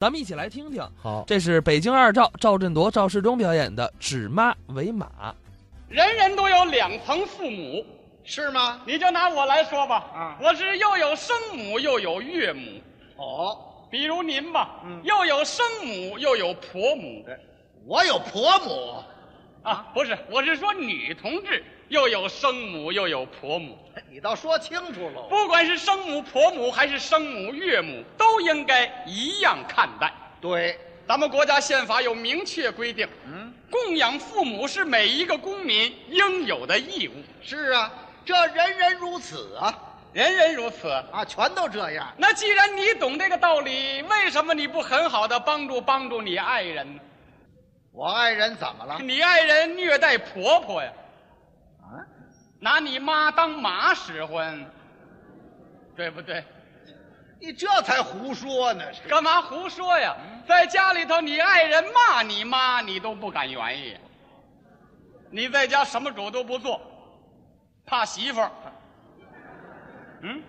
咱们一起来听听，好，这是北京二赵赵振铎、赵世忠表演的《指妈为马》。人人都有两层父母，是吗？你就拿我来说吧，啊我是又有生母又有岳母，哦，比如您吧，嗯又有生母又有婆母，我有婆母，啊，不是，我是说女同志又有生母又有婆母，你倒说清楚喽。不管是生母、婆母还是生母、岳母，都应该一样看待。对，咱们国家宪法有明确规定，嗯，供养父母是每一个公民应有的义务，是啊，这人人如此啊，人人如此。啊，全都这样。那既然你懂这个道理，为什么你不很好的帮助帮助你爱人呢？我爱人怎么了？你爱人虐待婆婆呀，啊，拿你妈当马使唤，对不对？你这才胡说呢。是干嘛胡说呀？在家里头，你爱人骂你妈，你都不敢原意。你在家什么主都不做，怕媳妇儿。嗯，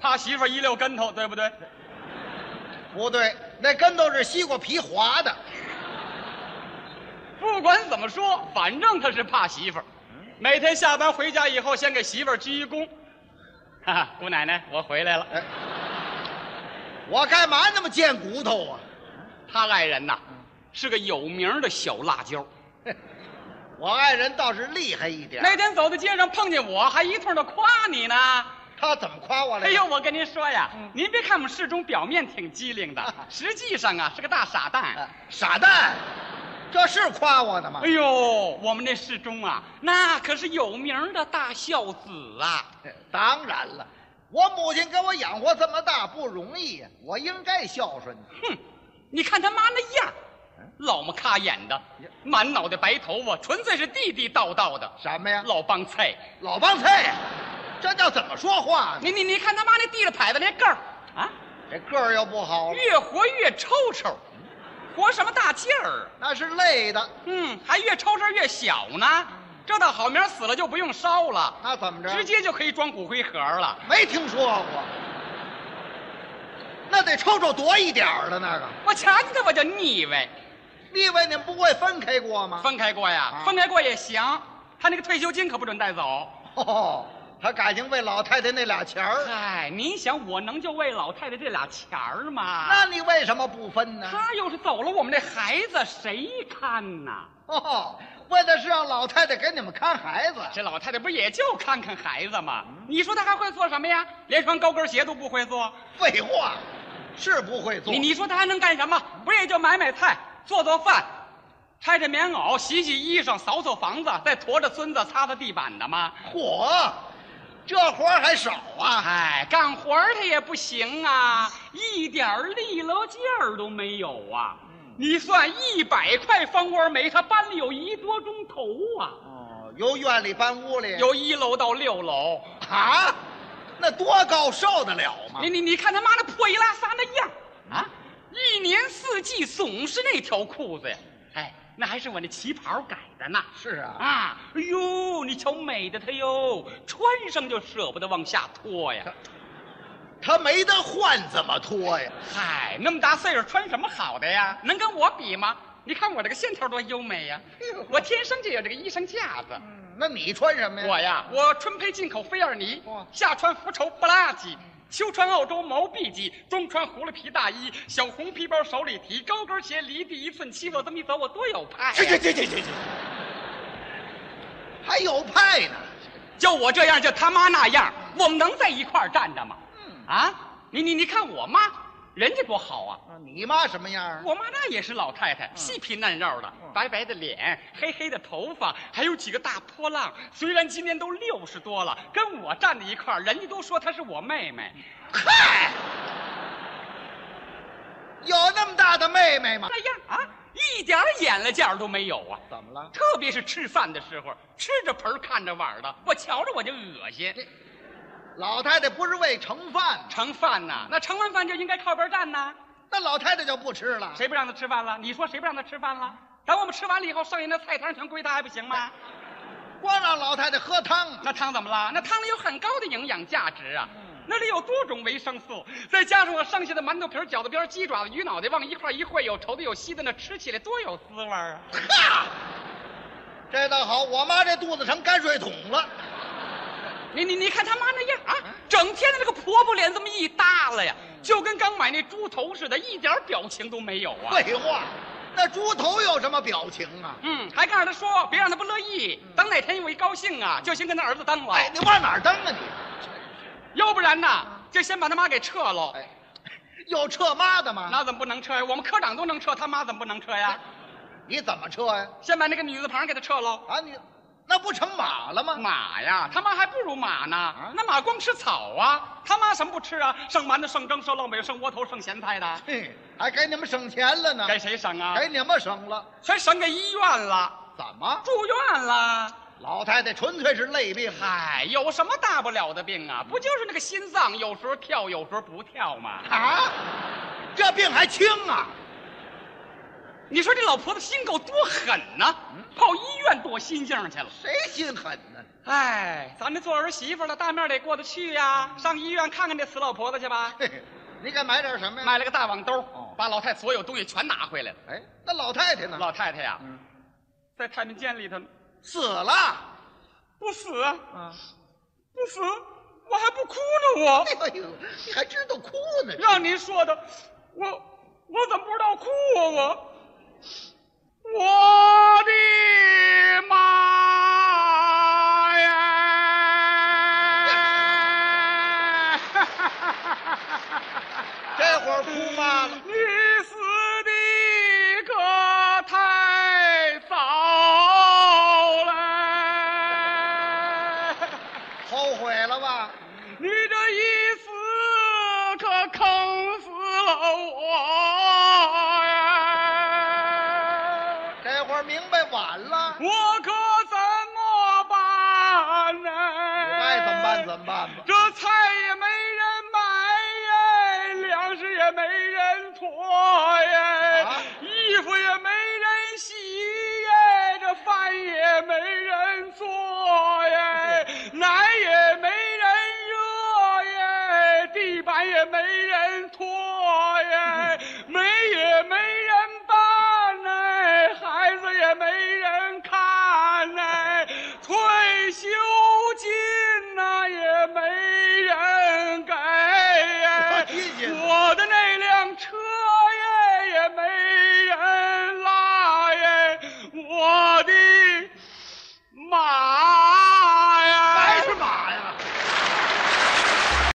怕媳妇儿一溜跟头，对不对？不对，那跟头是西瓜皮划的。不管怎么说，反正他是怕媳妇儿。每天下班回家以后，先给媳妇儿鞠一躬。哈哈，姑奶奶，我回来了。哎，我干嘛那么贱骨头啊？他爱人呐，是个有名的小辣椒。我爱人倒是厉害一点。那天走在街上碰见我，还一通的夸你呢。他怎么夸我来？哎呦，，我跟您说呀，您别看我们世忠表面挺机灵的，实际上啊是个大傻嗯蛋。傻蛋，这是夸我的吗哎？呦，我们这世忠啊，那可是有名的大孝子啊。呃当然了，我母亲给我养活这么大不容易呀，我应该孝顺你。哼，你看他妈那样儿，老么咔眼的，满脑袋白头发，纯粹是地地道道的什么呀？老帮菜。老帮菜，啊这叫怎么说话呢？你你你看他妈那地了牌子那个儿啊，这个儿又不好，越活越抽抽，活什么大劲儿啊？那是累的。嗯，还越抽抽越小呢。这倒好，明儿死了就不用烧了，那怎么着？直接就可以装骨灰盒了。没听说过。那得抽抽多一点儿的那个。我瞧见他我就腻歪。你以为你们不会分开过吗？分开过呀，啊分开过也行，他那个退休金可不准带走。哦，他感情为老太太那俩钱儿，哎，您想我能就为老太太这俩钱儿吗？那你为什么不分呢？他要是走了，我们这孩子谁看呐？哦，为的是让老太太给你们看孩子。这老太太不也就看看孩子吗？你说她还会做什么呀？连双高跟鞋都不会做。废话，是不会做。你你说她还能干什么？不也就买买菜、做做饭、拆拆棉袄、洗洗衣裳、扫扫房子，再驮着孙子擦擦地板的吗？火，这活儿还少啊？哎，干活儿他也不行啊，一点儿利落劲儿都没有啊。你算一百块蜂窝煤，他搬了有一多钟头啊，哦，由院里搬屋里。由一楼到六楼。啊，那多高受得了吗你？你你看他妈那破衣拉撒那样儿啊，一年四季总是那条裤子呀。哎，那还是我那旗袍改的呢。是啊，啊，哎呦，你瞧美的他哟，穿上就舍不得往下脱呀。他没得换，怎么脱呀？嗨，那么大岁数穿什么好的呀？能跟我比吗？你看我这个线条多优美呀、我天生就有这个衣裳架子。嗯那你穿什么呀？我呀，我春培进口菲尔尼哇，夏穿福绸布拉吉，秋穿澳洲毛 B 级，冬穿葫芦皮大衣，小红皮包手里提，高跟鞋离地一寸七，我这么一走，我多有派、这这呀！这这这这，还有派呢？就我这样，就他妈那样，我们能在一块儿站着吗？嗯啊，你你你看我妈，人家多好啊！啊你妈什么样啊？我妈那也是老太太，细皮嫩肉的，白白的脸，黑黑的头发，还有几个大波浪。虽然今年都六十多了，跟我站在一块儿，人家都说她是我妹妹。嗨，有那么大的妹妹吗？那样啊，一点儿眼力见儿都没有啊！怎么了？特别是吃饭的时候，吃着盆儿看着碗儿的，我瞧着我就恶心。老太太不是为盛饭吗，盛饭呐、那盛完饭就应该靠边站呐、那老太太就不吃了。谁不让他吃饭了？你说谁不让他吃饭了？等我们吃完了以后，剩下那菜汤全归他还不行吗？光让老太太喝汤啊？ 那汤怎么了？那汤里有很高的营养价值啊！那里有多种维生素，再加上我剩下的馒头皮儿、饺子边儿、鸡爪子、鱼脑袋往一块儿一烩，有稠的有稀的，那吃起来多有滋味儿啊！这倒好，我妈这肚子成泔水桶了。你你你看他妈那样啊，整天的那个婆婆脸这么一耷拉呀，就跟刚买那猪头似的，一点表情都没有啊。废话，那猪头有什么表情啊？嗯，还告诉他说，别让他不乐意，等哪天我一高兴啊，就先跟他儿子蹬了，哎，你往哪儿蹬啊你？要不然呢，就先把他妈给撤喽。哎，有撤妈的吗？那怎么不能撤呀？我们科长都能撤，他妈怎么不能撤呀？你怎么撤呀、先把那个女字旁给他撤喽。啊？你那不成马了吗？马呀，他妈还不如马呢。啊那马光吃草啊，他妈什么不吃啊？剩馒头、剩蒸、剩烙饼、剩窝头、剩咸菜的，嘿，还给你们省钱了呢，给谁省啊？给你们省了。全省给医院了，怎么？住院了。老太太纯粹是累病啊！嗨，有什么大不了的病啊？不就是那个心脏有时候跳，有时候不跳吗？啊，这病还轻啊？你说这老婆子心够多狠呐、嗯跑医院躲心镜去了。谁心狠呢？哎，咱们做儿媳妇的，大面得过得去呀、上医院看看这死老婆子去吧。嘿嘿，你该买点什么呀？买了个大网兜嗯哦，把老太所有东西全拿回来了。哎，那老太太呢？老太太呀，嗯在太平间里头呢死了。不死啊，啊！不死，我还不哭呢，我哎呦，你还知道哭呢？让您说的，我我怎么不知道哭啊？我我的 妈呀！这会儿哭妈了。你死的可太早了，后悔了吧？你这一死可坑死了我呀！这会儿明白晚了，我可怎么办呢？爱怎么办怎么办吧。这菜也没人买耶，粮食也没人驮啊哎哎哎哎哎哎哎